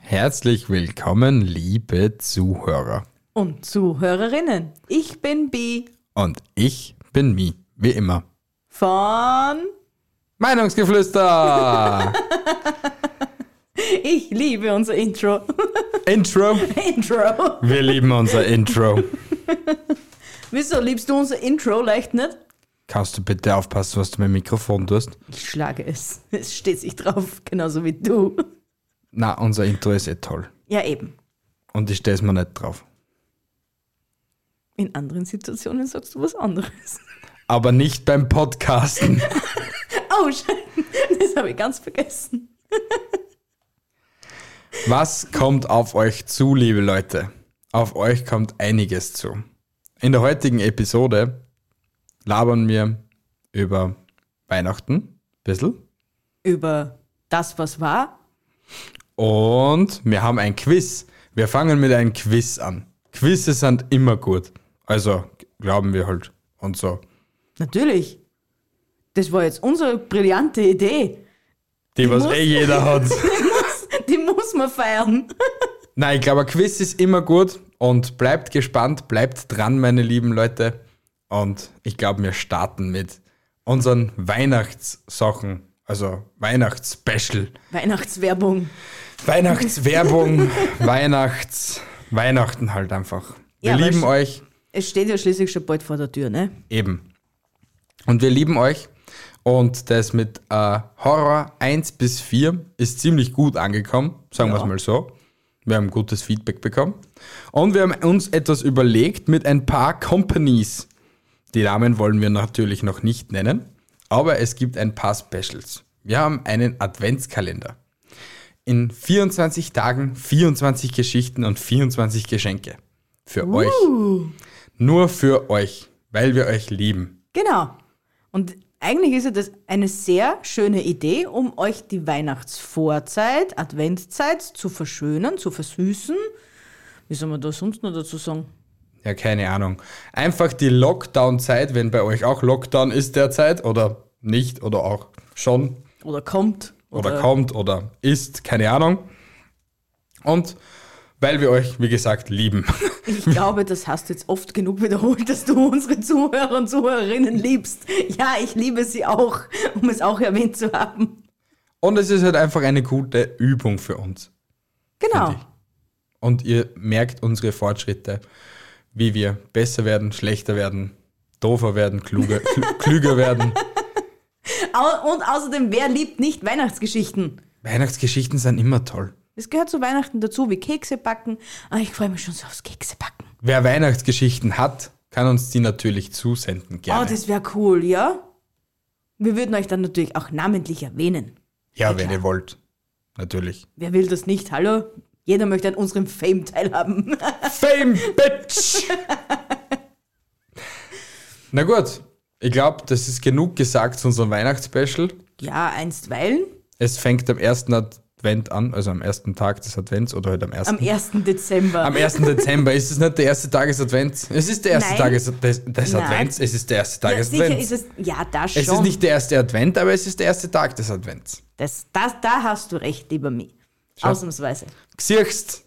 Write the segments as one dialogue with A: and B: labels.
A: Herzlich willkommen, liebe Zuhörer.
B: Und Zuhörerinnen, ich bin Bi
A: Und ich bin Mi, wie immer.
B: von
A: Meinungsgeflüster!
B: Ich liebe unser Intro.
A: Intro.
B: Intro.
A: Wir lieben unser Intro.
B: Wieso liebst du unser Intro leicht nicht?
A: Kannst du bitte aufpassen, was du mit dem Mikrofon tust?
B: Ich schlage es. Es steht sich drauf, genauso wie du.
A: Na, unser Intro ist eh toll.
B: Ja, eben.
A: Und ich stelle es mir nicht drauf.
B: In anderen Situationen sagst du was anderes.
A: Aber nicht beim Podcasten.
B: Oh, scheiße. Das habe ich ganz vergessen.
A: Was kommt auf euch zu, liebe Leute? Auf euch kommt einiges zu. In der heutigen Episode labern wir über Weihnachten ein bisschen.
B: Über das, was war.
A: Und wir haben ein Quiz. Wir fangen mit einem Quiz an. Quizze sind immer gut. Also glauben wir halt und so.
B: Natürlich. Das war jetzt unsere brillante Idee.
A: Die, was
B: muss-
A: eh jeder hat.
B: Die muss man feiern.
A: Nein, ich glaube, ein Quiz ist immer gut. Und bleibt gespannt, bleibt dran, meine lieben Leute. Und ich glaube, wir starten mit unseren Weihnachtssachen. Also Weihnachtsspecial.
B: Weihnachtswerbung.
A: Weihnachtswerbung, Weihnachts, Weihnachten halt einfach. Wir
B: Ja, weil
A: lieben
B: sch-
A: euch.
B: Es steht ja schließlich schon bald vor der Tür, ne?
A: Eben. Und wir lieben euch. Und das mit äh, Horror 1 bis 4 ist ziemlich gut angekommen, sagen wir es mal so. Wir haben gutes Feedback bekommen. Und wir haben uns etwas überlegt mit ein paar Companies. Die Namen wollen wir natürlich noch nicht nennen, aber es gibt ein paar Specials. Wir haben einen Adventskalender. In 24 Tagen 24 Geschichten und 24 Geschenke. Für euch. Nur für euch, weil wir euch lieben.
B: Genau. Und eigentlich ist ja das eine sehr schöne Idee, um euch die Weihnachtsvorzeit, Adventszeit zu verschönern, zu versüßen. Wie soll man da sonst noch dazu sagen?
A: Ja, keine Ahnung. Einfach die Lockdown-Zeit, wenn bei euch auch Lockdown ist derzeit oder nicht oder auch schon
B: Oder kommt.
A: oder, kommt oder ist, keine Ahnung. Und weil wir euch, wie gesagt, lieben.
B: Ich glaube, das hast du jetzt oft genug wiederholt, dass du unsere Zuhörer und Zuhörerinnen liebst. Ja, ich liebe sie auch, um es auch erwähnt zu haben.
A: Und es ist halt einfach eine gute Übung für uns.
B: Genau.
A: Finde Und ihr merkt unsere Fortschritte, wie wir besser werden, schlechter werden, doofer werden, kluger, klü- klüger werden.
B: Au und außerdem, wer liebt nicht Weihnachtsgeschichten?
A: Weihnachtsgeschichten sind immer toll.
B: Es gehört zu Weihnachten dazu, wie Kekse backen. Ah, ich freue mich schon so aufs Kekse backen.
A: Wer Weihnachtsgeschichten hat, kann uns die natürlich zusenden. Gerne.
B: Oh, das wäre cool, ja? Wir würden euch dann natürlich auch namentlich erwähnen.
A: Ja, wenn ihr wollt. Natürlich.
B: Wer will das nicht? Hallo? Jeder möchte an unserem Fame teilhaben.
A: Fame, Bitch! Na gut, ich glaube, das ist genug gesagt zu unserem Weihnachtsspecial.
B: ja, einstweilen.
A: Es fängt am ersten Advent an, also am ersten Tag des Advents oder halt am ersten.
B: Am 1. Dezember.
A: Am 1. Dezember. Ist es nicht der erste Tag des Advents? Es ist der erste
B: Nein.
A: Tag des, des, des
B: Nein.
A: Advents. Es ist der erste Tag
B: ja,
A: des
B: sicher
A: Advents.
B: ist es. Ja, da schon.
A: es ist nicht der erste Advent, aber es ist der erste Tag des Advents.
B: das, das, da hast du recht, lieber Mi. Ausnahmsweise.
A: Gesichst,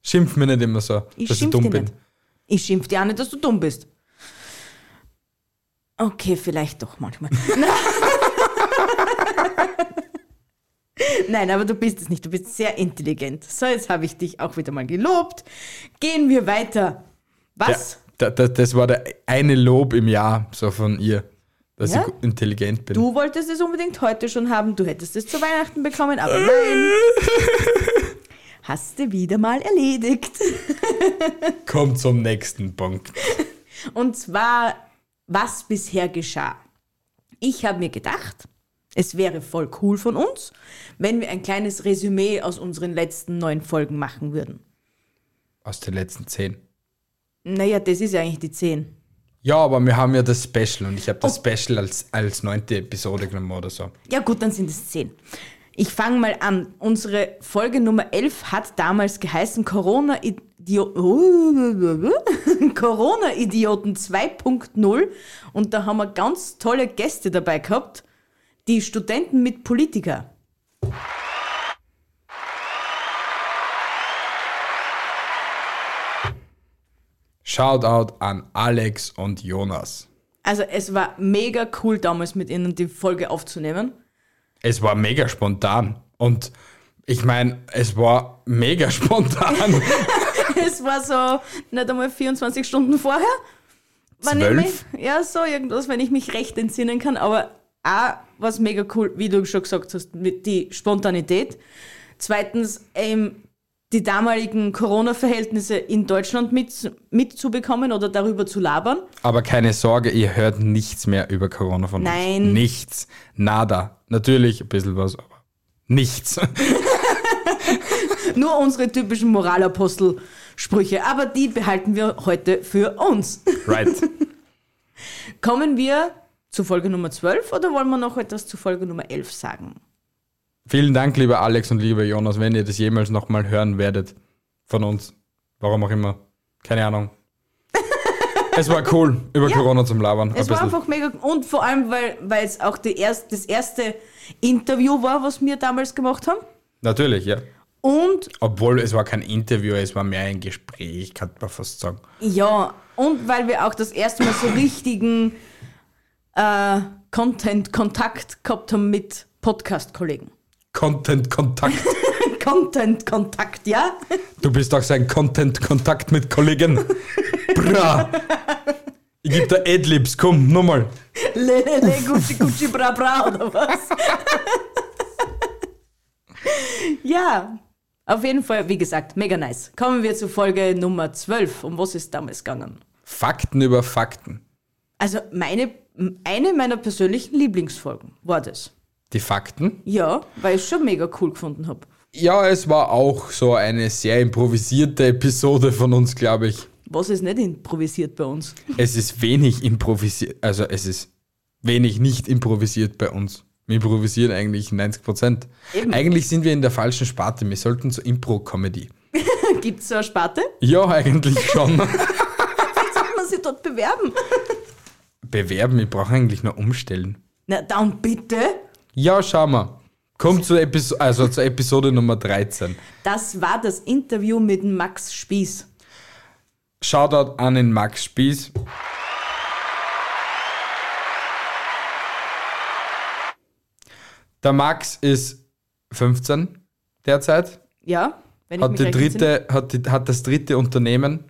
A: schimpf mir nicht immer so,
B: Ich
A: dass ich
B: schimpf
A: dumm
B: dir
A: bin.
B: nicht. Ich schimpf dir auch nicht, dass du dumm bist. Okay, vielleicht doch manchmal. Nein, aber du bist es nicht. Du bist sehr intelligent. So, jetzt habe ich dich auch wieder mal gelobt. Gehen wir weiter. Was?
A: Ja, da, da, das war der eine Lob im Jahr so von ihr, dass
B: Ja?
A: ich gu- intelligent bin.
B: Du wolltest es unbedingt heute schon haben. Du hättest es zu Weihnachten bekommen, aber nein. Hast du wieder mal erledigt.
A: Komm zum nächsten Punkt.
B: Und zwar, was bisher geschah. Ich habe mir gedacht, Es wäre voll cool von uns, wenn wir ein kleines Resümee aus unseren letzten neun Folgen machen würden.
A: Aus den letzten zehn.
B: Naja, das ist ja eigentlich die 10.
A: Ja, aber wir haben ja das Special und ich habe
B: Oh.
A: das Special als, als neunte Episode genommen oder so.
B: Ja gut, dann sind es 10. Ich fange mal an. Unsere Folge Nummer 11 hat damals geheißen Corona, Idio Corona Idioten 2.0 und da haben wir ganz tolle Gäste dabei gehabt. Die Studenten mit Politiker.
A: Shoutout an Alex und Jonas.
B: Also es war mega cool damals mit ihnen die Folge aufzunehmen.
A: Es war mega spontan und ich meine, es war mega spontan.
B: Es war so nicht einmal 24 Stunden vorher. Wenn ich
A: Zwölf?
B: mich- Ja, so irgendwas, wenn ich mich recht entsinnen kann. Aber auch was mega cool, wie du schon gesagt hast, mit die Spontanität. Zweitens, ähm, die damaligen Corona-Verhältnisse in Deutschland mit, mitzubekommen oder darüber zu labern.
A: Aber keine Sorge, ihr hört nichts mehr über Corona von uns.
B: Nein.
A: Nichts. Nada. Natürlich ein bisschen was, aber nichts.
B: Nur unsere typischen Moralapostel-Sprüche. Aber die behalten wir heute für uns.
A: right.
B: Kommen wir zu Folge Nummer 12 oder wollen wir noch etwas zu Folge Nummer 11 sagen?
A: Vielen Dank, lieber Alex und lieber Jonas, wenn ihr das jemals nochmal hören werdet von uns. Warum auch immer. Keine Ahnung. es war cool, über Corona zum Labern.
B: Es war einfach mega und vor allem, weil weil es auch die erst, das erste Interview war, was wir damals gemacht haben.
A: Natürlich, ja.
B: Und
A: Obwohl es war kein Interview, es war mehr ein Gespräch, kann man fast sagen.
B: ja, und weil wir auch das erste Mal so richtigen äh, Content Kontakt gehabt haben mit Podcast Kollegen.
A: Content-Kontakt.
B: Content Kontakt, ja?
A: Du bist auch sein Content-Kontakt mit Kollegen. Bra! Ich geb dir Adlibs, komm, nochmal.
B: Le, le, le, Gucci, Gucci, bra, bra, oder was? ja, auf jeden Fall, wie gesagt, mega nice. Kommen wir zu Folge Nummer 12. Um was ist damals gegangen?
A: Fakten über Fakten.
B: Also, meine, eine meiner persönlichen Lieblingsfolgen war das.
A: Die Fakten?
B: Ja, weil ich es schon mega cool gefunden habe.
A: Ja, es war auch so eine sehr improvisierte Episode von uns, glaube ich.
B: Was ist nicht improvisiert bei uns?
A: Es ist wenig improvisiert, also es ist wenig nicht improvisiert bei uns. Wir improvisieren eigentlich 90%.
B: Eben.
A: Eigentlich sind wir in der falschen Sparte. Wir sollten zur Impro-Comedy.
B: Gibt es so eine Sparte?
A: Ja, eigentlich schon.
B: Kann man sich dort bewerben?
A: Bewerben, ich brauche eigentlich nur umstellen.
B: Na, dann bitte.
A: Ja, schau mal. Kommt zur, Episo also zur Episode Nummer 13.
B: Das war das Interview mit Max Spieß.
A: Shoutout an den Max Spieß. Der Max ist 15 derzeit,
B: Ja? Wenn
A: hat,
B: mich
A: die
B: recht entsinne.
A: dritte, hat, die, hat das dritte Unternehmen.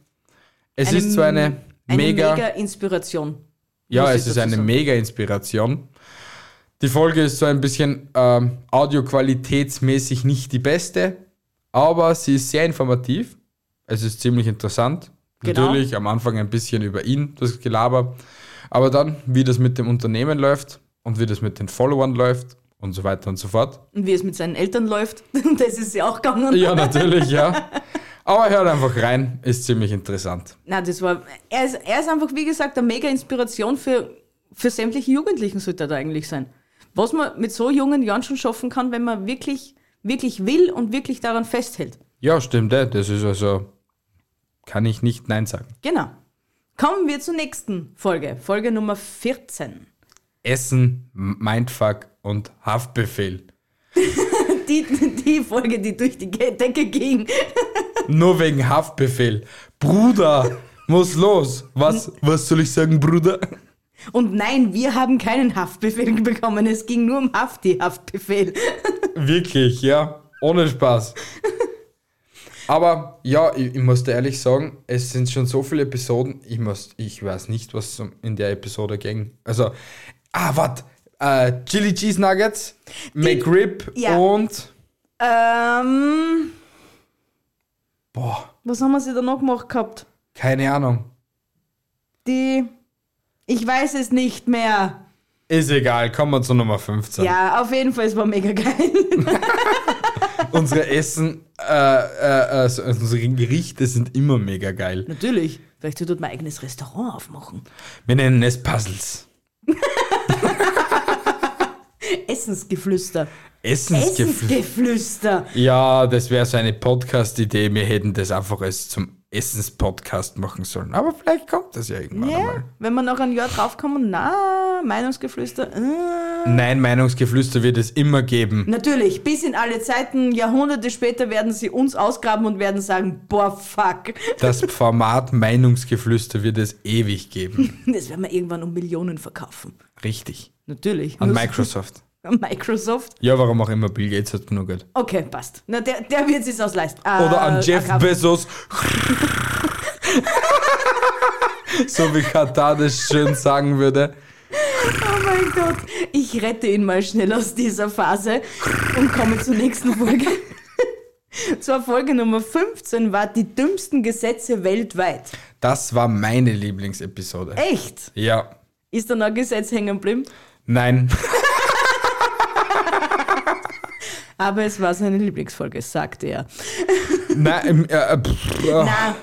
A: Es
B: Eine
A: ist so eine,
B: Eine
A: mega,
B: mega, Inspiration.
A: ja,
B: muss ich
A: es ist
B: dazu
A: eine
B: sagen.
A: mega Inspiration. Die Folge ist so ein bisschen ähm, audioqualitätsmäßig nicht die beste, aber sie ist sehr informativ. Es ist ziemlich interessant.
B: Genau.
A: Natürlich am Anfang ein bisschen über ihn, das Gelaber. Aber dann, wie das mit dem Unternehmen läuft und wie das mit den Followern läuft und so weiter und so fort.
B: Und wie es mit seinen Eltern läuft, das ist ja auch gegangen.
A: Ja, natürlich, ja. Aber hört einfach rein, ist ziemlich interessant.
B: Na, das war. Er ist, er ist einfach, wie gesagt, eine mega Inspiration für, für sämtliche Jugendlichen, sollte er da eigentlich sein. Was man mit so jungen Jahren schon schaffen kann, wenn man wirklich, wirklich will und wirklich daran festhält.
A: Ja, stimmt, eh, das ist also, kann ich nicht Nein sagen.
B: Genau. Kommen wir zur nächsten Folge, Folge Nummer 14.
A: Essen, Mindfuck und Haftbefehl.
B: Die, die Folge, die durch die Decke ging.
A: Nur wegen Haftbefehl. Bruder, muss los. Was, was soll ich sagen, Bruder?
B: Und nein, wir haben keinen Haftbefehl bekommen. Es ging nur um Hafti, Haftbefehl.
A: Wirklich, ja. Ohne Spaß. Aber ja, ich, ich muss dir ehrlich sagen, es sind schon so viele Episoden. Ich, muss, ich weiß nicht, was um- in der Episode ging. Also, ah, was? Äh, Chili Cheese Nuggets, McRib
B: ja.
A: und.
B: Ähm,
A: Boah,
B: was haben wir sie da noch gemacht gehabt?
A: keine Ahnung.
B: Die. Ich weiß es nicht mehr.
A: Ist egal, kommen wir zu Nummer 15.
B: Ja, auf jeden Fall, es war mega geil.
A: Unsere Essen, äh, äh, also unsere Gerichte sind immer mega geil.
B: Natürlich. Vielleicht sollte ich dort mein eigenes Restaurant aufmachen.
A: Wir nennen es Puzzles.
B: Essensgeflüster.
A: Essensgefühl.
B: Essensgeflüster.
A: Ja, das wäre so eine Podcast-Idee. Wir hätten das einfach als zum Essenspodcast machen sollen. Aber vielleicht kommt das ja irgendwann
B: Ja,
A: einmal.
B: wenn man noch ein Jahr draufkommen, na, Meinungsgeflüster. Äh.
A: Nein, Meinungsgeflüster wird es immer geben.
B: Natürlich, bis in alle Zeiten, Jahrhunderte später werden sie uns ausgraben und werden sagen, boah, fuck.
A: Das Format Meinungsgeflüster wird es ewig geben.
B: Das werden wir irgendwann um Millionen verkaufen.
A: Richtig.
B: Natürlich.
A: An
B: Nur-
A: Microsoft.
B: An Microsoft.
A: Ja, warum auch immer. Bill Gates hat genug Geld.
B: Okay, passt. Na, der, der wird es ausleisten. Äh,
A: Oder an Jeff Bezos. so wie Katar das schön sagen würde.
B: Oh mein Gott, ich rette ihn mal schnell aus dieser Phase und komme zur nächsten Folge. Zur Folge Nummer 15 war die dümmsten Gesetze weltweit.
A: Das war meine Lieblingsepisode.
B: Echt?
A: Ja.
B: Ist da noch ein Gesetz hängen geblieben?
A: Nein.
B: Aber es war seine Lieblingsfolge, sagte er.
A: Nein. im- Äh, pff, oh.
B: Na,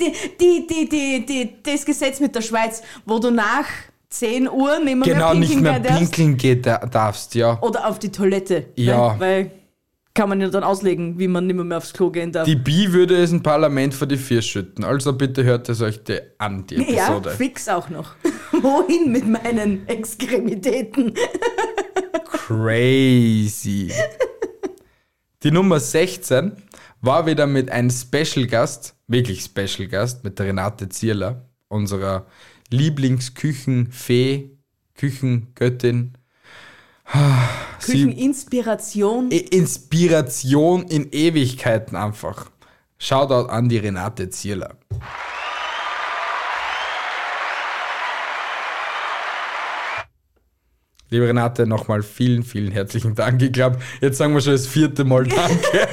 B: die, die, die, die, die, das Gesetz mit der Schweiz, wo du nach 10 Uhr nicht mehr,
A: Genau,
B: pinkeln
A: nicht mehr
B: gehen darfst.
A: pinkeln geht da, darfst, ja.
B: Oder auf die Toilette.
A: Ja.
B: Weil, weil kann man ja dann auslegen, wie man nicht mehr, mehr aufs Klo gehen darf.
A: Die Bi würde es im Parlament vor die Vier schütten. Also bitte hört es euch die an, die
B: ja,
A: Episode.
B: fix auch noch. Wohin mit meinen Extremitäten?
A: Crazy. Die Nummer 16 war wieder mit einem Special Gast, wirklich Special Gast, mit der Renate Zierler, unserer Lieblingsküchenfee, Küchengöttin. Sie- E-
B: Kücheninspiration.
A: I- Inspiration in Ewigkeiten einfach. Shoutout an die Renate Zierler. Liebe Renate, nochmal vielen, vielen herzlichen Dank. Ich glaube, jetzt sagen wir schon das vierte Mal Danke.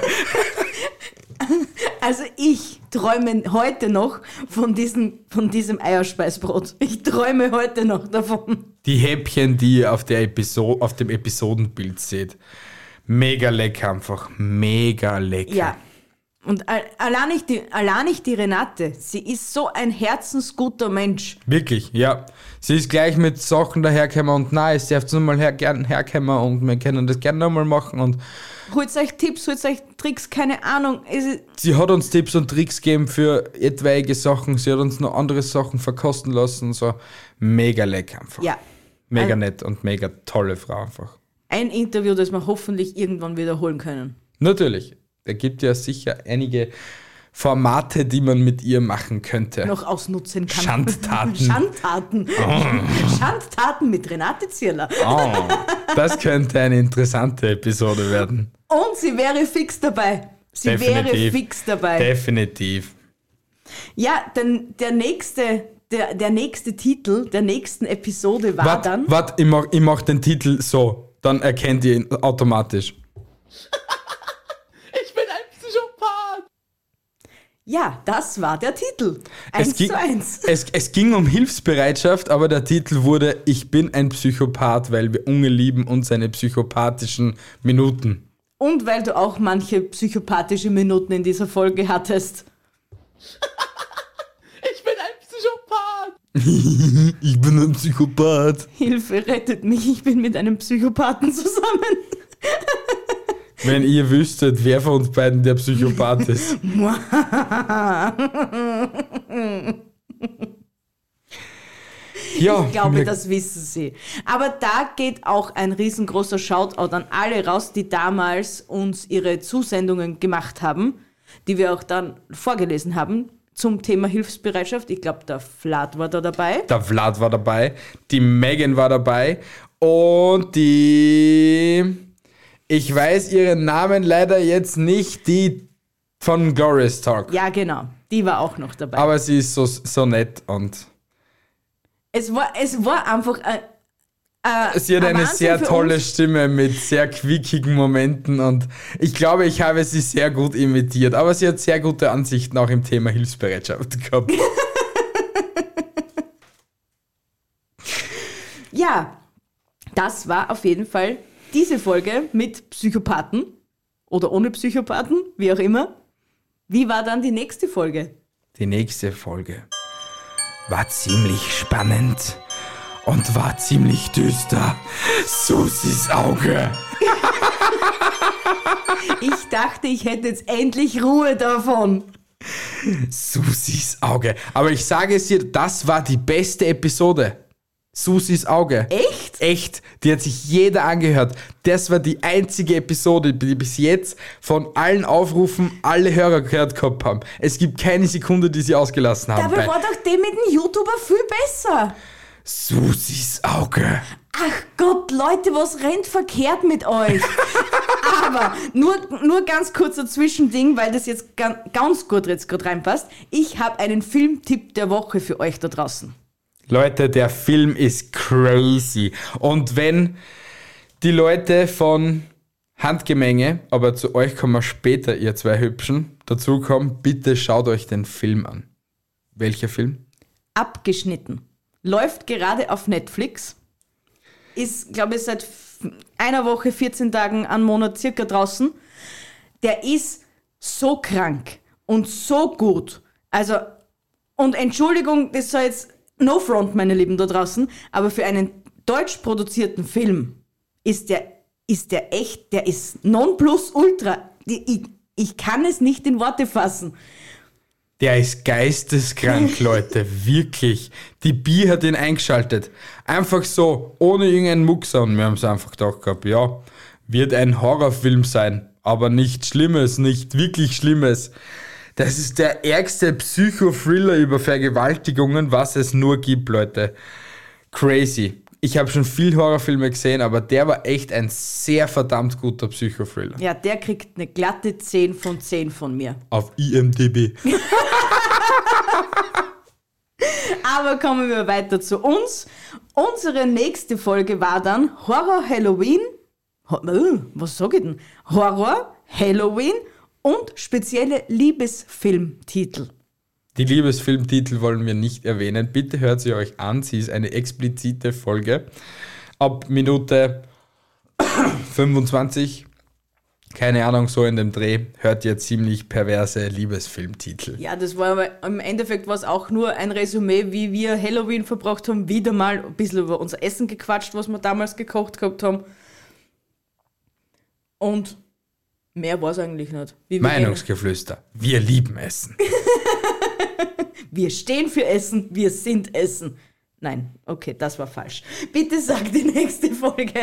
B: Also ich träume heute noch von, diesen, von diesem Eierspeisbrot. Ich träume heute noch davon.
A: Die Häppchen, die ihr auf, der Episo auf dem Episodenbild seht. Mega lecker einfach. Mega lecker.
B: Ja. Und al- allein nicht, die, allein nicht die Renate, sie ist so ein herzensguter Mensch.
A: Wirklich, ja. Sie ist gleich mit Sachen dahergekommen und nein, es dürft nochmal her gern herkommen und wir können das gerne nochmal machen. Und
B: Holt euch Tipps, holt euch Tricks, keine Ahnung. Es ist,
A: sie hat uns Tipps und Tricks gegeben für etwaige Sachen. Sie hat uns noch andere Sachen verkosten lassen. und So mega lecker einfach.
B: ja, also
A: Mega
B: Ein-
A: nett und mega tolle Frau einfach.
B: ein Interview, das wir hoffentlich irgendwann wiederholen können.
A: Natürlich, da gibt ja sicher einige Formate, die man mit ihr machen könnte.
B: Noch ausnutzen kann.
A: Schandtaten.
B: Schandtaten. Schandtaten mit Renate Zierler.
A: Oh, das könnte eine interessante Episode werden.
B: Und sie wäre fix dabei. Sie wäre
A: Definitiv.
B: fix dabei.
A: Definitiv.
B: ja, denn der nächste, der, der nächste Titel der nächsten Episode war
A: Wart,
B: dann.
A: wart, ich mach, ich mach den Titel so, dann erkennt ihr ihn automatisch.
C: Ich bin ein Psychopath.
B: Ja, das war der Titel. Eins
A: ging,
B: zu eins.
A: Es, es ging um Hilfsbereitschaft, aber der Titel wurde Ich bin ein Psychopath, weil wir Unge lieben und seine psychopathischen Minuten.
B: Und weil du auch manche psychopathische Minuten in dieser Folge hattest.
C: Ich bin ein Psychopath.
A: Ich bin ein Psychopath.
B: Hilfe, rettet mich, ich bin mit einem Psychopathen zusammen.
A: Wenn ihr wüsstet, wer von uns beiden der Psychopath ist. ja,
B: Ich glaube,
A: wir-
B: das wissen sie. Aber da geht auch ein riesengroßer Shoutout an alle raus, die damals uns ihre Zusendungen gemacht haben, die wir auch dann vorgelesen haben zum Thema Hilfsbereitschaft. Ich glaube, der Vlad war da dabei.
A: der Vlad war dabei, die Megan war dabei und die. Ich weiß ihren Namen leider jetzt nicht, die von Glorious Talk.
B: Ja, genau. Die war auch noch dabei.
A: Aber sie ist so, so nett und
B: es, war, es war einfach ein,
A: sie hat
B: ein
A: eine
B: Wahnsinn
A: sehr
B: für
A: tolle
B: uns.
A: Stimme mit sehr quickigen Momenten und ich glaube, ich habe sie sehr gut imitiert. Aber sie hat sehr gute Ansichten auch im Thema Hilfsbereitschaft gehabt.
B: Ja, das war auf jeden Fall diese Folge mit Psychopathen oder ohne Psychopathen, wie auch immer. Wie war dann die nächste Folge?
A: Die nächste Folge war ziemlich spannend und war ziemlich düster. Susis Auge.
B: Ich dachte, ich hätte jetzt endlich Ruhe davon.
A: Susis Auge. Aber ich sage es dir, das war die beste Episode. Susis Auge.
B: Echt?
A: Echt. Die hat sich jeder angehört. Das war die einzige Episode, die bis jetzt von allen Aufrufen alle Hörer gehört gehabt haben. Es gibt keine Sekunde, die sie ausgelassen haben.
B: Dabei
A: Bei
B: war doch der mit dem YouTuber viel besser.
A: Susis Auge.
B: Ach Gott, Leute, was rennt verkehrt mit euch? Aber nur, nur ganz kurz ein Zwischending, weil das jetzt ganz, ganz gut jetzt gerade reinpasst. Ich habe einen Filmtipp der Woche für euch da draußen.
A: Leute, der Film ist crazy. Und wenn die Leute von Handgemenge, aber zu euch kommen wir später, ihr zwei Hübschen, dazukommen, bitte schaut euch den Film an. Welcher Film?
B: Abgeschnitten. Läuft gerade auf Netflix. Ist, glaube ich, seit f- einer Woche, 14 Tagen, einem Monat circa draußen. Der ist so krank und so gut. Also, und Entschuldigung, das soll jetzt no front, meine Lieben da draußen, aber für einen deutsch produzierten Film ist der, ist der echt, der ist non plus ultra. Die- Ich, ich kann es nicht in Worte fassen.
A: Der ist geisteskrank, Leute, wirklich. Die Bi hat ihn eingeschaltet. Einfach so, ohne irgendeinen Muckser. Und wir haben es einfach gedacht gehabt, ja, wird ein Horrorfilm sein, aber nichts Schlimmes, nicht wirklich Schlimmes. Das ist der ärgste Psychothriller über Vergewaltigungen, was es nur gibt, Leute. Crazy. Ich habe schon viel Horrorfilme gesehen, aber der war echt ein sehr verdammt guter Psychothriller.
B: Ja, der kriegt eine glatte 10 von 10 von mir.
A: Auf IMDb.
B: Aber kommen wir weiter zu uns. Unsere nächste Folge war dann Horror Halloween. Ho äh, was sag ich denn? Horror, Halloween und spezielle Liebesfilmtitel.
A: Die Liebesfilmtitel wollen wir nicht erwähnen. Bitte hört sie euch an. Sie ist eine explizite Folge. Ab Minute 25, keine Ahnung, so in dem Dreh, hört ihr ziemlich perverse Liebesfilmtitel.
B: Ja, das war aber im Endeffekt was auch nur ein Resümee, wie wir Halloween verbracht haben. Wieder mal ein bisschen über unser Essen gequatscht, was wir damals gekocht gehabt haben. Und mehr war es eigentlich nicht. Wie wir-
A: Meinungsgeflüster. Wir lieben Essen.
B: Wir stehen für Essen, wir sind Essen. Nein, okay, das war falsch. Bitte sag die nächste Folge.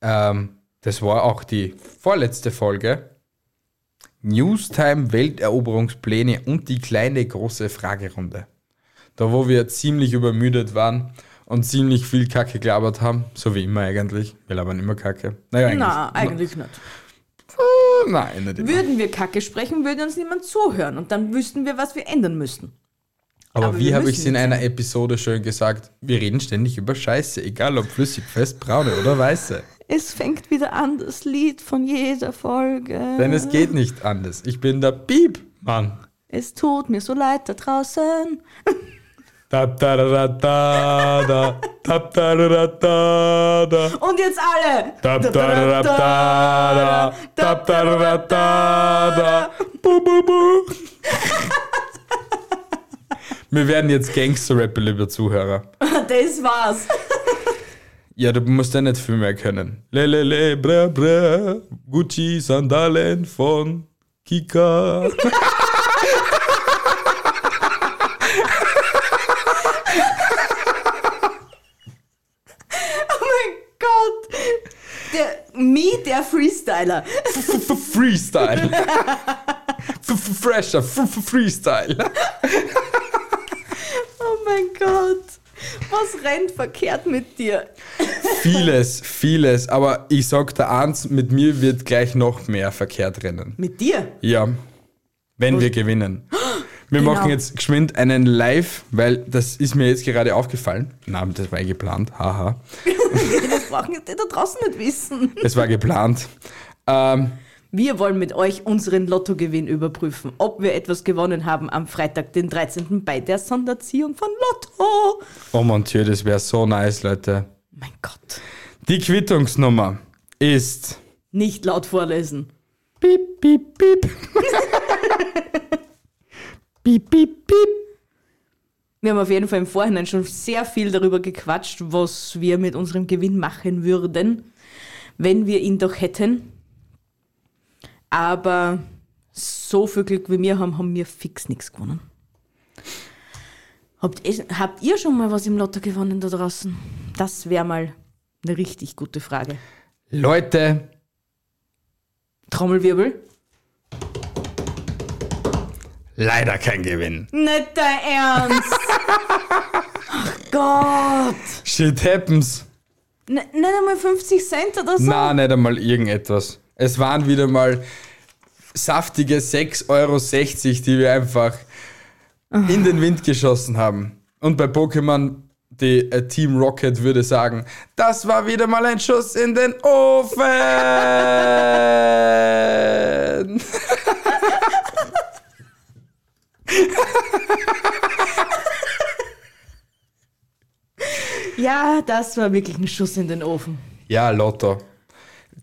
A: Ähm, das war auch die vorletzte Folge. Newstime Welteroberungspläne und die kleine große Fragerunde. Da wo wir ziemlich übermüdet waren und ziemlich viel Kacke gelabert haben, so wie immer eigentlich. Wir labern immer Kacke. Naja, eigentlich.
B: Na, eigentlich nicht.
A: Nein, nicht immer.
B: Würden wir Kacke sprechen, würde uns niemand zuhören und dann wüssten wir, was wir ändern müssten.
A: Aber,
B: aber
A: wie
B: wir
A: habe ich
B: müssen
A: es in einer Episode schön gesagt? Wir reden ständig über Scheiße, egal ob flüssig, fest, braune oder weiße.
B: Es fängt wieder an, das Lied von jeder Folge.
A: Denn es geht nicht anders. Ich bin der Piep, Mann.
B: Es tut mir so leid da draußen.
A: Da, da, da, da, da, da, da, da, da, da, da.
B: Und jetzt alle!
A: Tap tararap tada, tap tararap tada, bu, bu, bu. Wir werden jetzt Gangster-Rapper, lieber Zuhörer.
B: Das war's.
A: Ja, du musst ja nicht viel mehr können. Lelele, bra, bra, Gucci, Sandalen von Kika.
B: Oh mein Gott! Der, me, der Freestyler.
A: F- f- Freestyle. F- f- Fresher, f- f- Freestyle.
B: Oh mein Gott. Was rennt verkehrt mit dir?
A: Vieles, vieles. Aber ich sag dir eins, mit mir wird gleich noch mehr verkehrt rennen.
B: Mit dir?
A: Ja, wenn wir gewinnen. Wir
B: Genau.
A: machen jetzt geschwind einen Live, weil das ist mir jetzt gerade aufgefallen. Nein, das war geplant. Haha.
B: Das brauchen jetzt die da draußen nicht wissen.
A: Es war geplant. Ähm,
B: Wir wollen mit euch unseren Lottogewinn überprüfen, ob wir etwas gewonnen haben am Freitag, den 13. bei der Sonderziehung von Lotto.
A: Oh mon Dieu, das wäre so nice, Leute.
B: Mein Gott.
A: Die Quittungsnummer ist
B: Nicht laut vorlesen.
A: piep, piep, piep. piep, piep, piep.
B: Wir haben auf jeden Fall im Vorhinein schon sehr viel darüber gequatscht, was wir mit unserem Gewinn machen würden, wenn wir ihn doch hätten. Aber so viel Glück wie wir haben, haben wir fix nichts gewonnen. Habt, ihr- habt ihr schon mal was im Lotto gewonnen da draußen? Das wäre mal eine richtig gute Frage.
A: Leute,
B: Trommelwirbel?
A: leider kein Gewinn.
B: Nicht dein Ernst! Ach Gott!
A: Shit happens.
B: N nicht einmal 50 Cent oder so?
A: Na, nicht einmal irgendetwas. Es waren wieder mal saftige 6,60 Euro, die wir einfach in den Wind geschossen haben. Und bei Pokémon, die äh, Team Rocket würde sagen, das war wieder mal ein Schuss in den Ofen.
B: Ja, das war wirklich ein Schuss in den Ofen.
A: ja, Lotto.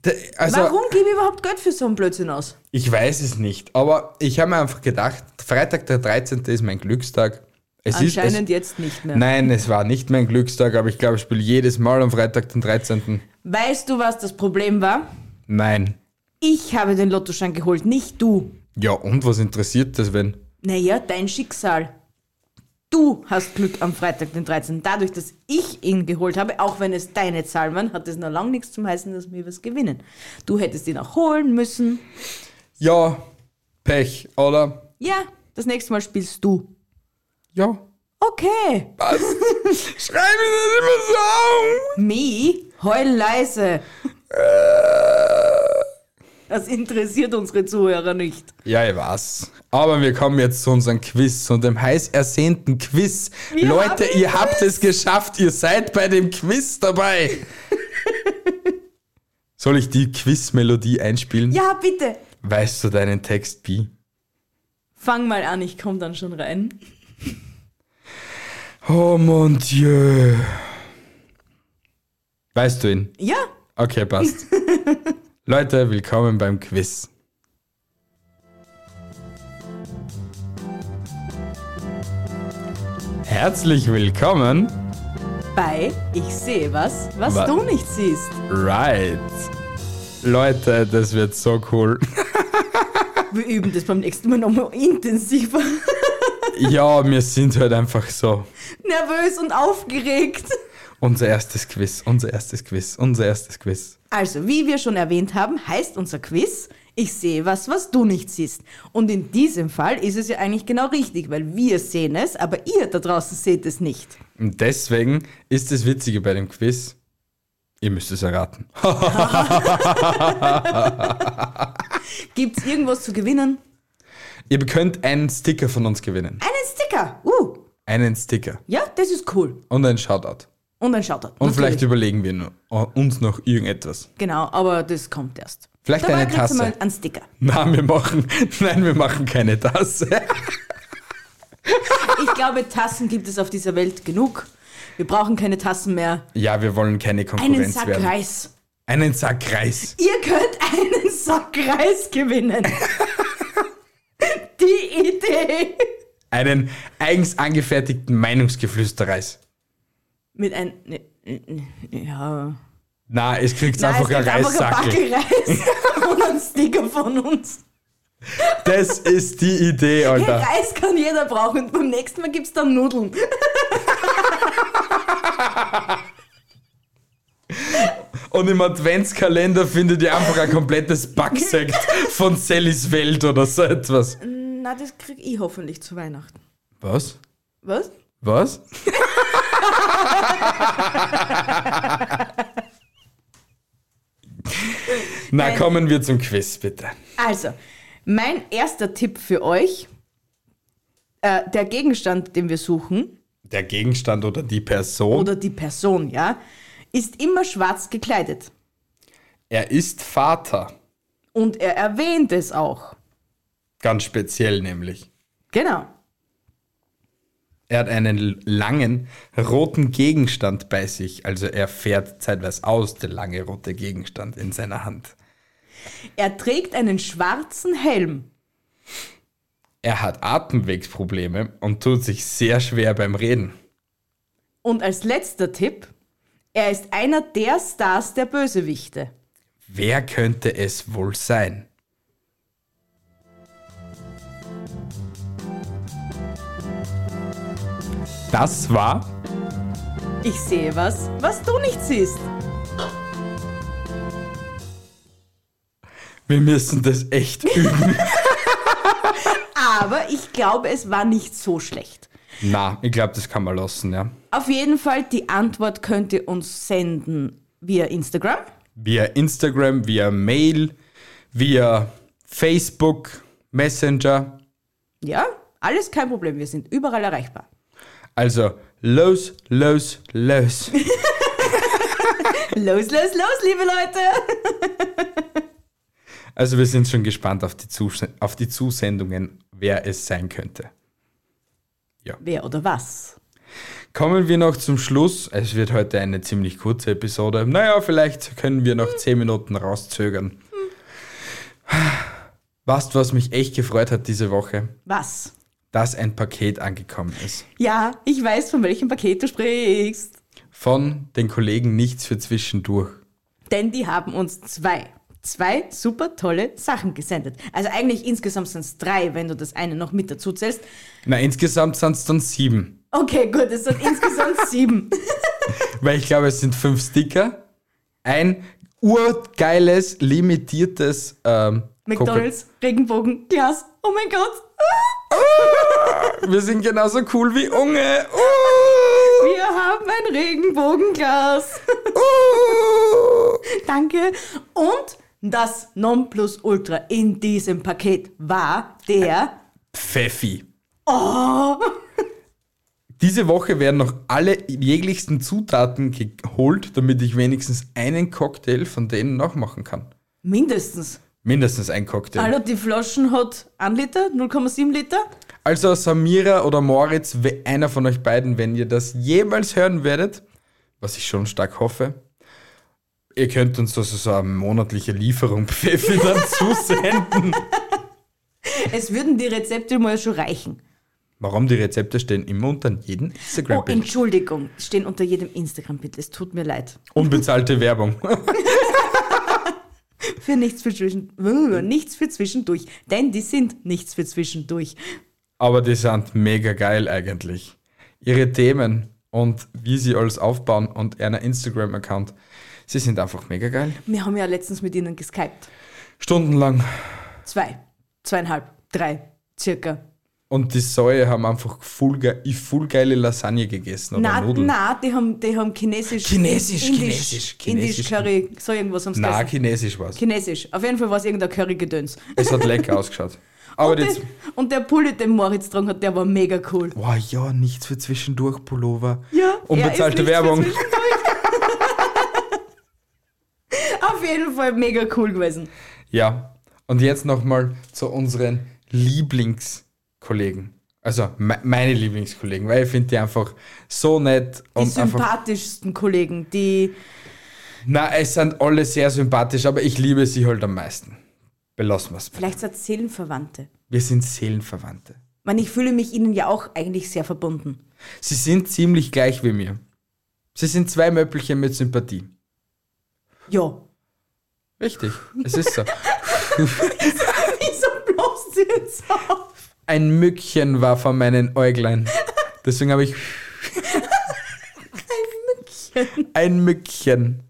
A: D- Also,
B: Warum gebe ich überhaupt Geld für so einen Blödsinn aus?
A: Ich weiß es nicht, aber ich habe mir einfach gedacht, Freitag der 13. ist mein Glückstag. Es ist, es,
B: Anscheinend jetzt nicht mehr.
A: Nein, es war nicht mein Glückstag, aber ich glaube, ich spiele jedes Mal am Freitag, den 13.
B: Weißt du, was das Problem war?
A: Nein.
B: Ich habe den Lottoschein geholt, nicht du.
A: Ja, und was interessiert das, wenn?
B: Naja, dein Schicksal. Du hast Glück am Freitag, den 13. Dadurch, dass ich ihn geholt habe, auch wenn es deine Zahl waren, hat es noch lange nichts zum heißen, dass wir was gewinnen. Du hättest ihn auch holen müssen.
A: Ja, Pech, oder?
B: Ja, das nächste Mal spielst du.
A: Ja.
B: Okay.
A: Schreib mir das immer so
B: Me, heul leise. Äh. Das interessiert unsere Zuhörer nicht.
A: auf! Ja, ich weiß. Aber wir kommen jetzt zu unserem Quiz, zu dem heiß ersehnten Quiz.
B: Wir
A: Leute,
B: haben
A: ihr habt es geschafft, ihr seid bei dem Quiz dabei. Soll ich die Quiz-Melodie einspielen?
B: Ja, bitte.
A: Weißt du deinen Text, Bi?
B: Fang mal an, ich komme dann schon rein.
A: Oh mon Dieu. Weißt du ihn?
B: Ja,
A: Okay, passt. Leute, willkommen beim Quiz. Herzlich willkommen.
B: bei Ich sehe was, was
A: Wa-
B: du nicht siehst.
A: Right. Leute, das wird so cool.
B: Wir üben das beim nächsten Mal nochmal intensiver.
A: ja, wir sind heute einfach so.
B: Nervös und aufgeregt.
A: Unser erstes Quiz, unser erstes Quiz, unser erstes Quiz.
B: Also, wie wir schon erwähnt haben, heißt unser Quiz Ich sehe was, was du nicht siehst. Und in diesem Fall ist es ja eigentlich genau richtig, weil wir sehen es, aber ihr da draußen seht es nicht.
A: Und deswegen ist das Witzige bei dem Quiz, ihr müsst es erraten.
B: Gibt's irgendwas zu gewinnen?
A: Ihr könnt einen Sticker von uns gewinnen.
B: Einen Sticker! Uh,
A: Einen Sticker
B: ja, das ist cool.
A: und einen Shoutout.
B: Und ein Shoutout.
A: Und
B: natürlich.
A: vielleicht überlegen wir nu- uns noch irgendetwas.
B: Genau, aber das kommt erst.
A: Vielleicht
B: Dabei
A: eine
B: kriegst
A: Tasse.
B: du mal einen Sticker.
A: Nein, wir machen, nein, wir machen keine Tasse.
B: Ich glaube, Tassen gibt es auf dieser Welt genug. Wir brauchen keine Tassen mehr.
A: Ja, wir wollen keine Konkurrenz
B: Einen Sack
A: werden.
B: Reis.
A: Einen Sack Reis.
B: Ihr könnt einen Sack Reis gewinnen. Die Idee.
A: Einen eigens angefertigten Meinungsgeflüsterreis.
B: Mit ein... ne- ne- Ja...
A: Na, es kriegt
B: Nein,
A: einfach
B: es
A: ein
B: gibt einfach
A: Reissackel.
B: ein Backelreis und einen Sticker von uns.
A: Das ist die Idee, Alter.
B: Reis kann jeder brauchen. Und beim nächsten Mal gibt's dann Nudeln.
A: Und im Adventskalender findet ihr einfach ein komplettes Backsekt von Sallys Welt oder so etwas.
B: Na, das krieg ich hoffentlich zu Weihnachten.
A: Was?
B: Was?
A: Was? Na, kommen wir zum Quiz, bitte.
B: Also, mein erster Tipp für euch: äh, Der Gegenstand, den wir suchen,
A: Der Gegenstand oder die Person.
B: oder die Person, ja, ist immer schwarz gekleidet.
A: er ist Vater.
B: Und er erwähnt es auch.
A: Ganz speziell nämlich.
B: Genau.
A: Er hat einen l- langen roten Gegenstand bei sich. Also er fährt zeitweise aus, der lange rote Gegenstand in seiner Hand.
B: Er trägt einen schwarzen Helm.
A: Er hat Atemwegsprobleme und tut sich sehr schwer beim Reden.
B: Und als letzter Tipp, er ist einer der Stars der Bösewichte.
A: Wer könnte es wohl sein? Das war
B: Ich sehe was, was du nicht siehst.
A: Wir müssen das echt üben.
B: Aber ich glaube, es war nicht so schlecht.
A: Na, ich glaube, das kann man lassen, ja.
B: Auf jeden Fall, die Antwort könnt ihr uns senden via Instagram.
A: Via Instagram, via Mail, via Facebook, Messenger.
B: Ja, alles kein Problem, wir sind überall erreichbar.
A: Also los, los, los.
B: Los, los, los, liebe Leute!
A: Also wir sind schon gespannt auf die, Zus auf die Zusendungen, wer es sein könnte.
B: Wer oder was?
A: Kommen wir noch zum Schluss. Es wird heute eine ziemlich kurze Episode. Naja, vielleicht können wir noch 10 Minuten rauszögern. Weißt du, was mich echt gefreut hat diese Woche?
B: Was?
A: Dass ein Paket angekommen ist.
B: Ja, ich weiß, von welchem Paket du sprichst.
A: von den Kollegen nichts für zwischendurch.
B: Denn die haben uns zwei, zwei super tolle Sachen gesendet. Also eigentlich insgesamt sind es drei, wenn du das eine noch mit dazu zählst.
A: Na, insgesamt sind es dann sieben.
B: Okay, gut, es sind insgesamt sieben.
A: Weil ich glaube, es sind fünf Sticker, ein urgeiles, limitiertes ähm,
B: McDonalds, Regenbogen, Glas. Oh mein Gott,
A: Coca- Ah, Wir sind genauso cool wie Unge. Uh,
B: wir haben ein Regenbogenglas.
A: uh.
B: Danke. Und das Nonplusultra in diesem Paket war der.
A: Pfeffi. Diese Woche werden noch alle jeglichsten Zutaten geholt, damit ich wenigstens einen Cocktail von denen nachmachen kann.
B: Mindestens.
A: Mindestens ein Cocktail.
B: Alter, die Flaschen hat 1 Liter, 0,7 Liter.
A: Also Samira oder Moritz, we- einer von euch beiden, wenn ihr das jemals hören werdet, was ich schon stark hoffe, ihr könnt uns also so eine monatliche Lieferung Pfeffi dann zusenden.
B: Es würden die Rezepte mal schon reichen.
A: Warum die Rezepte stehen immer unter jedem
B: Oh,
A: Instagram-Bild.
B: Entschuldigung, stehen unter jedem Instagram-Bild. Es tut mir leid.
A: Unbezahlte Werbung.
B: Für nichts für, zwischen, nichts für zwischendurch. Denn die sind nichts für zwischendurch.
A: Aber die sind mega geil eigentlich. Ihre Themen und wie sie alles aufbauen und einer Instagram-Account, sie sind einfach mega geil.
B: Wir haben ja letztens mit ihnen geskypt.
A: Stundenlang.
B: Zwei, zweieinhalb, drei, circa.
A: Und die Säue haben einfach full, ge i- full geile Lasagne gegessen oder
B: Na,
A: Nudeln.
B: na, die haben, die haben chinesisch.
A: Chinesisch,
B: indisch,
A: chinesisch,
B: Indisch
A: chinesisch.
B: Curry, so irgendwas haben sie
A: Na,
B: gegessen.
A: chinesisch war's.
B: Chinesisch. Auf jeden Fall war es irgendein Curry-Gedöns.
A: es hat lecker ausgeschaut. Aber
B: Und,
A: jetzt.
B: der- und der Pulli, den Moritz dran hat, der war mega cool.
A: Boah, ja, nichts für zwischendurch, Pullover.
B: Ja, er ist
A: Unbezahlte
B: nichts
A: Werbung.
B: für zwischendurch. Auf jeden Fall mega cool gewesen.
A: Ja. Und jetzt nochmal zu unseren Lieblingskollegen. Also me meine Lieblingskollegen, weil ich finde die einfach so nett
B: Die
A: und einfach.
B: sympathischsten Kollegen, die.
A: Na, es sind alle sehr sympathisch, aber ich liebe sie halt am meisten. Belassen wir's.
B: Vielleicht sind es Seelenverwandte.
A: Wir sind Seelenverwandte.
B: Ich meine, ich fühle mich ihnen ja auch eigentlich sehr verbunden.
A: Sie sind ziemlich gleich wie mir. Sie sind zwei Möppelchen mit Sympathie.
B: Ja.
A: Richtig, es ist so.
B: Wieso bloß sie jetzt auf?
A: Ein Mückchen war vor meinen Äuglein. Deswegen habe ich ein Mückchen.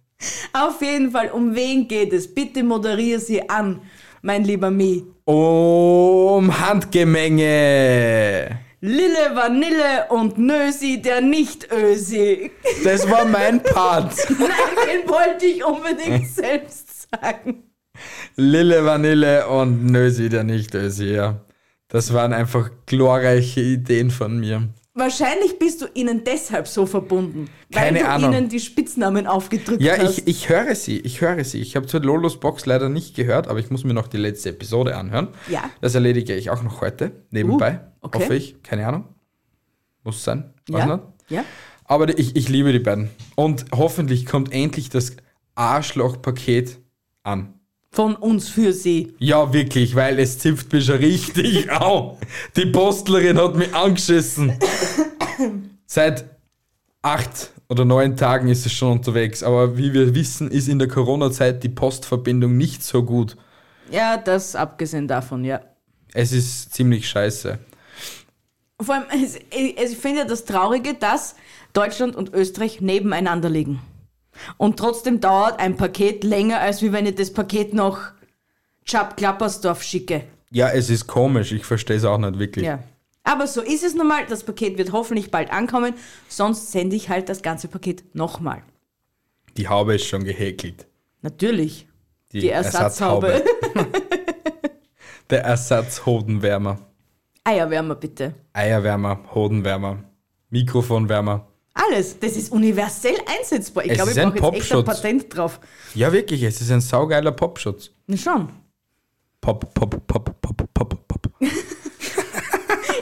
B: Auf jeden Fall, um wen geht es? Bitte moderiere sie an, mein lieber Mi.
A: Um Handgemenge.
B: Lille Vanille und Nösi, der Nicht-Ösi.
A: Das war mein Part.
B: Nein, den wollte ich unbedingt selbst sagen.
A: Lille Vanille und Nösi der nicht Ösi, ja. Das waren einfach glorreiche Ideen von mir.
B: Wahrscheinlich bist du ihnen deshalb so verbunden,
A: Keine
B: weil du
A: Ahnung.
B: ihnen die Spitznamen aufgedrückt
A: Ja,
B: hast.
A: ich, ich höre sie, ich höre sie. Ich habe zwar Lolos Box leider nicht gehört, aber ich muss mir noch die letzte Episode anhören.
B: Ja.
A: Das erledige ich auch noch heute, nebenbei.
B: Uh, okay.
A: Hoffe ich, keine Ahnung. Muss sein. Weiß nicht.
B: ja? ja?
A: Aber die- ich, ich liebe die beiden. Und hoffentlich kommt endlich das Arschloch-Paket an.
B: Von uns für sie.
A: Ja, wirklich, weil es zipft mich schon richtig auf. Die Postlerin hat mich angeschissen. Seit acht oder neun Tagen ist es schon unterwegs. Aber wie wir wissen, ist in der Corona-Zeit die Postverbindung nicht so gut.
B: Ja, das abgesehen davon, ja.
A: Es ist ziemlich scheiße.
B: Vor allem, es, es, ich finde ja das Traurige, dass Deutschland und Österreich nebeneinander liegen. Und trotzdem dauert ein Paket länger, als wie wenn ich das Paket nach Chab-Klappersdorf schicke.
A: Ja, es ist komisch. Ich verstehe es auch nicht wirklich.
B: Ja. Aber so ist es nun mal. Das Paket wird hoffentlich bald ankommen. Sonst sende ich halt das ganze Paket nochmal.
A: Die Haube ist schon gehäkelt.
B: Natürlich. Die Ersatzhaube.
A: der Ersatzhodenwärmer.
B: Eierwärmer bitte.
A: Eierwärmer, Hodenwärmer, Mikrofonwärmer.
B: Alles. Das ist universell einsetzbar. Ich
A: Es
B: glaube, ich
A: ist ein
B: brauche jetzt echt ein
A: Popschutz.
B: Patent drauf.
A: Ja, wirklich, es ist ein saugeiler Popschutz.
B: Na schon.
A: Pop, pop, pop, pop, pop, pop.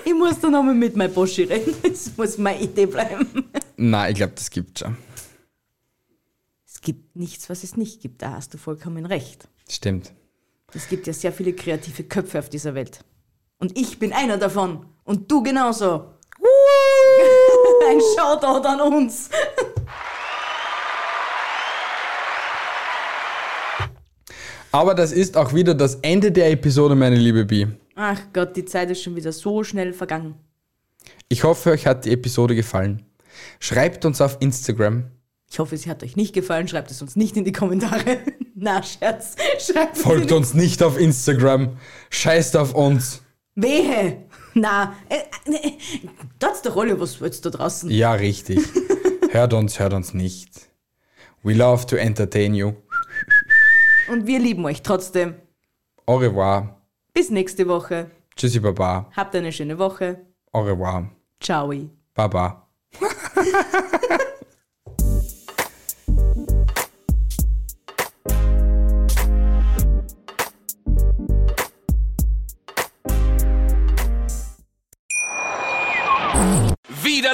B: Ich muss da nochmal mit meinem Boschi reden. Das muss meine Idee bleiben.
A: Nein, ich glaube, das gibt's schon.
B: Es gibt nichts, was es nicht gibt. Da hast du vollkommen recht.
A: Stimmt.
B: Es gibt ja sehr viele kreative Köpfe auf dieser Welt. Und ich bin einer davon. Und du genauso. Ein Shoutout an uns.
A: Aber das ist auch wieder das Ende der Episode, meine liebe Bi.
B: Ach Gott, die Zeit ist schon wieder so schnell vergangen.
A: Ich hoffe, euch hat die Episode gefallen. Schreibt uns auf Instagram.
B: Ich hoffe, sie hat euch nicht gefallen. Schreibt es uns nicht in die Kommentare. Na, Scherz. Schreibt es in
A: Folgt
B: die-
A: uns nicht auf Instagram. Scheißt auf uns.
B: Wehe. Na, äh, äh, tut's doch alle, was willst da draußen?
A: Ja, richtig. hört uns, hört uns nicht. We love to entertain you.
B: Und wir lieben euch trotzdem.
A: Au revoir.
B: Bis nächste Woche.
A: Tschüssi, Baba.
B: Habt eine schöne Woche.
A: Au revoir.
B: Ciao.
A: Baba.
D: Wieder